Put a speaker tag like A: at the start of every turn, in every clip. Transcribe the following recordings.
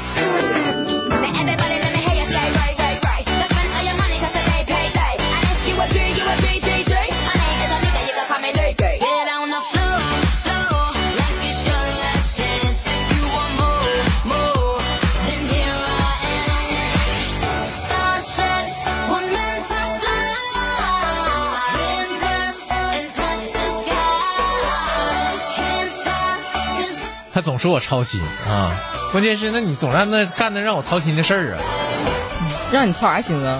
A: Now everybody let me hear you say right, right, right. Just spend all your money 'cause I pay, pay, pay. I like you a treat, you a treat, treat, treat. My name is a nigga, you can call me Nicky. Get on the floor, floor, like it's your last chance. If you want more, more, then here I am. Starships were meant to fly. Hands up and touch the sky. Can't stop 'cause
B: 他总说我操心啊，关键是那你总让那干那让我操心的事儿啊。
C: 让你操啥心啊？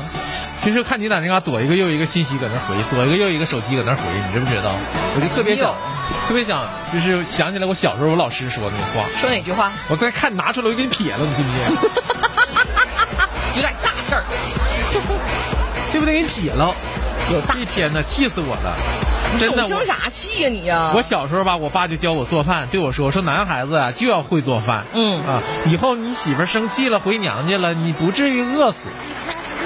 B: 平时看你在那嘎左一个右一个信息搁那回，左一个右一个手机搁那回，你知不知道？我就特别想，特别想，就是想起来我小时候我老师说那个话，
C: 说哪句话？
B: 我再看拿出来我就给你撇了，你信不信？
C: 有点大事儿。
B: 对不对？给你撇了，有大一天呐，气死我了！真的，
C: 总生
B: 我
C: 啥气呀、你呀、
B: 我小时候吧，我爸就教我做饭，对我说说男孩子啊就要会做饭，
C: 嗯
B: 啊，以后你媳妇儿生气了回娘家了，你不至于饿死，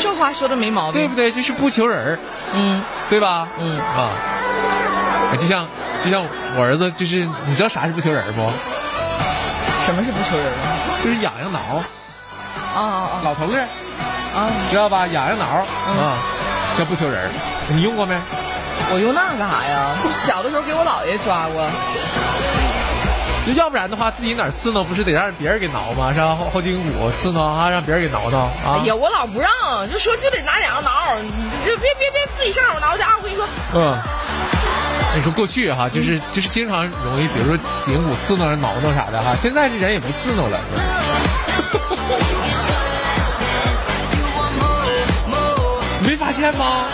C: 这话说的没毛
B: 对
C: 病。
B: 不对？这是不求人儿，
C: 嗯，
B: 对吧？
C: 嗯
B: 啊，就像就像我儿子，就是你知道啥是不求人儿不？
C: 什么是不求人啊？
B: 就是痒痒挠，
C: 啊
B: 老头乐，
C: 啊啊！
B: 知道吧？痒痒挠
C: 嗯
B: 啊，叫不求人儿。你用过没？
C: 我用那干啥呀？小的时候给我姥爷
B: 啊
C: 抓过，
B: 就要不然的话，自己哪儿刺挠不是得让别人给挠吗？让后后颈骨刺挠啊，让别人给挠挠啊。
C: 哎呀，我老不让，就说就得拿两个挠，你就别别别自己上手挠去啊！我跟你说，
B: 嗯，你说过去哈，就是就是经常容易，比如说颈骨刺挠、挠挠啥的哈。现在这人也不刺挠了， 你没发现吗？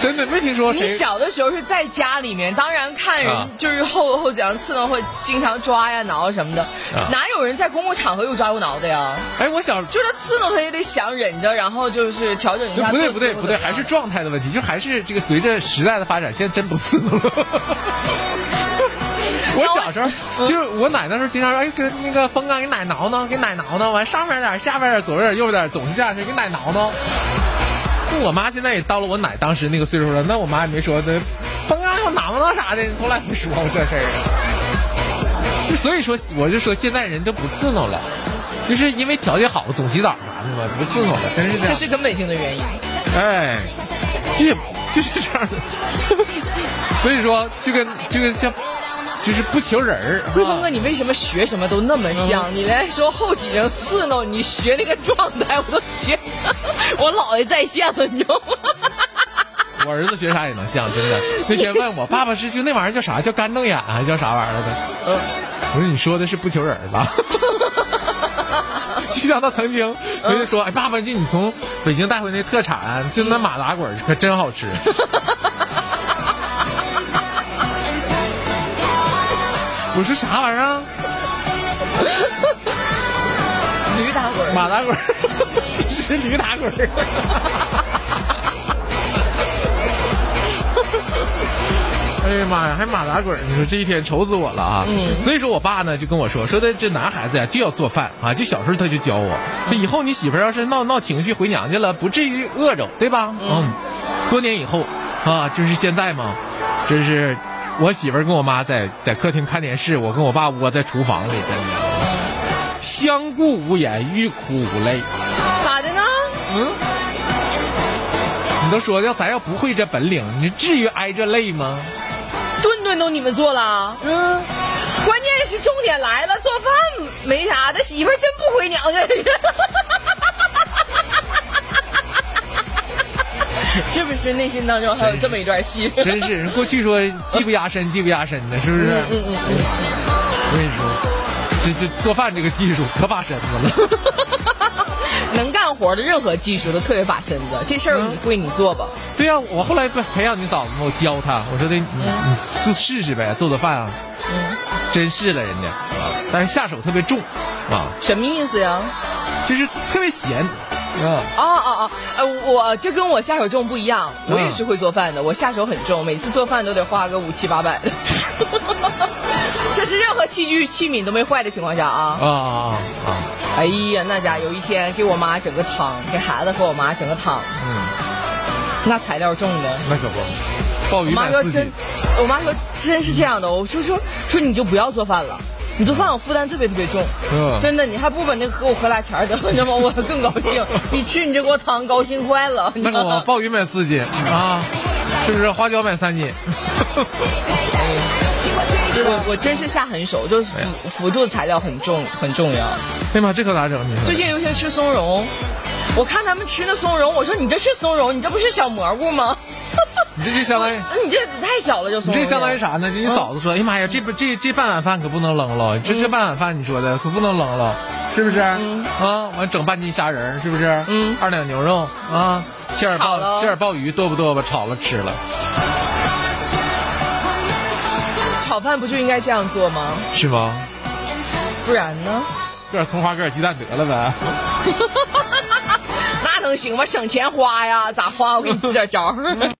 B: 真的没听说
C: 你
B: 谁
C: 小的时候是在家里面，当然看
B: 啊
C: 人就是后后脚上刺挠会经常抓呀挠什么的，
B: 啊
C: 哪有人在公共场合又抓又挠的呀？
B: 哎，我小
C: 就是他刺挠他也得想忍着，然后就是调整一下。
B: 不对
C: 做啊
B: 不对不对，还是状态的问题，就还是这个随着时代的发展，现在真不刺挠了。我小时候就是我奶那时候经常说，哎，跟那个风啊，给奶挠挠，给奶挠挠，完上面点儿，下面点儿，左边点儿，右边点儿，总是这样式，给奶挠挠。就我妈现在也到了我奶当时那个岁数了，那我妈也没说这风啊，我挠挠啥的，从来不说我这事儿。啊就所以说，我就说现在人都不刺挠了，就是因为条件好，总洗澡啥的嘛，不刺挠了，真是这样
C: 这。是根本性的原因。
B: 哎，这也就是这 样的，所以说这个这个像就是不求人儿。
C: 汇丰哥，
B: 啊
C: 你为什么学什么都那么像？你连说后脊梁刺挠，你学那个状态，我都觉得 我姥爷在线了，你知道吗？
B: 我儿子学啥也能像，真的。那天问我爸爸是就那玩意儿叫啥？叫干瞪眼还是叫啥玩意儿的？我说你说的是不求人儿吧？ 就像他曾经，他就说：“哎，爸爸，就你从北京带回那特产，就那马打滚儿可真好吃。”我说啥玩意儿啊？
C: 驴打滚儿，
B: 马打滚儿 是驴打滚儿。哎呀妈呀，还马打滚儿！你说这一天愁死我了啊！所以说我爸呢就跟我说，说的这男孩子呀就要做饭啊，就小时候他就教我，这以后你媳妇儿要是闹闹情绪回娘家了，不至于饿着，对吧？嗯，多年以后啊，就是现在嘛，就是我媳妇儿跟我妈在在客厅看电视，我跟我爸窝在厨房里，真的相顾无言，欲哭无泪。
C: 咋的呢？
B: 你都说要咱要不会这本领，你至于挨这累吗？
C: 顿顿都你们做了，
B: 嗯，
C: 关键是重点来了，做饭没啥的，媳妇儿真不回娘家去， 是不是？内心当中还有这么一段 戏。
B: 真是过去说技不压身，技不压身的，是不是？嗯嗯我跟你说，这这做饭这个技术可把身子了。
C: 能干活的任何技术都特别把身子，这事儿你会你做吧？
B: 对呀、我后来不培养你嫂子吗？我教她，我说的你你试试试呗，做做饭啊。
C: 嗯
B: 真试了人家，啊但是下手特别重啊，
C: 什么意思呀？
B: 就是特别咸啊。
C: 啊啊啊！呃，我这跟我下手重不一样，我也是会做饭的，我下手很重，每次做饭都得花个五七八百。 这是任何器具器皿都没坏的情况下啊！
B: 啊啊啊！
C: 哎呀，那家有一天给我妈整个汤，给孩子和我妈整个汤，
B: 嗯，
C: 那材料重的。
B: 那可不，鲍
C: 我
B: 鱼
C: 妈
B: 买
C: 说
B: 四
C: 真
B: 斤，，
C: 我妈说真是这样的，我说说说你就不要做饭了。你做饭我负担特别特别重，
B: 嗯
C: 真的，你还不如把那个给我喝俩钱儿得了，你知道吗？我更高兴， 比吃你这锅汤高兴坏了，你
B: 嗯那
C: 知
B: 可
C: 道
B: 不，
C: 吗？
B: 鲍鱼买四斤啊，是不是？花椒买三斤，哎
C: 我我真是下狠手，就是辅辅助材料很重很重要。
B: 哎呀妈，这可咋整？你说
C: 最近流行吃松茸，我看他们吃那松茸，我说你这是松茸，你这不是小蘑菇吗？
B: 你这就相当于。
C: 那你这太小了，就
B: 你
C: 松茸。
B: 这相当于？啥呢？这你嫂子说，哎呀妈呀，这不这这半碗饭可不能扔了，这这半碗饭你说的可不能扔了，是不是？啊，完整半斤虾仁儿，是不是？
C: 嗯
B: 二两牛肉啊，切点
C: 炒了
B: 鲍切点鲍鱼剁吧剁吧，炒了吃了。
C: 炒饭不就应该这样做吗？
B: 是吗？
C: 不然 呢？
B: 搁点葱花，搁点鸡蛋得了呗。
C: 那能行吗？省钱花呀，咋花？我给你支点招儿。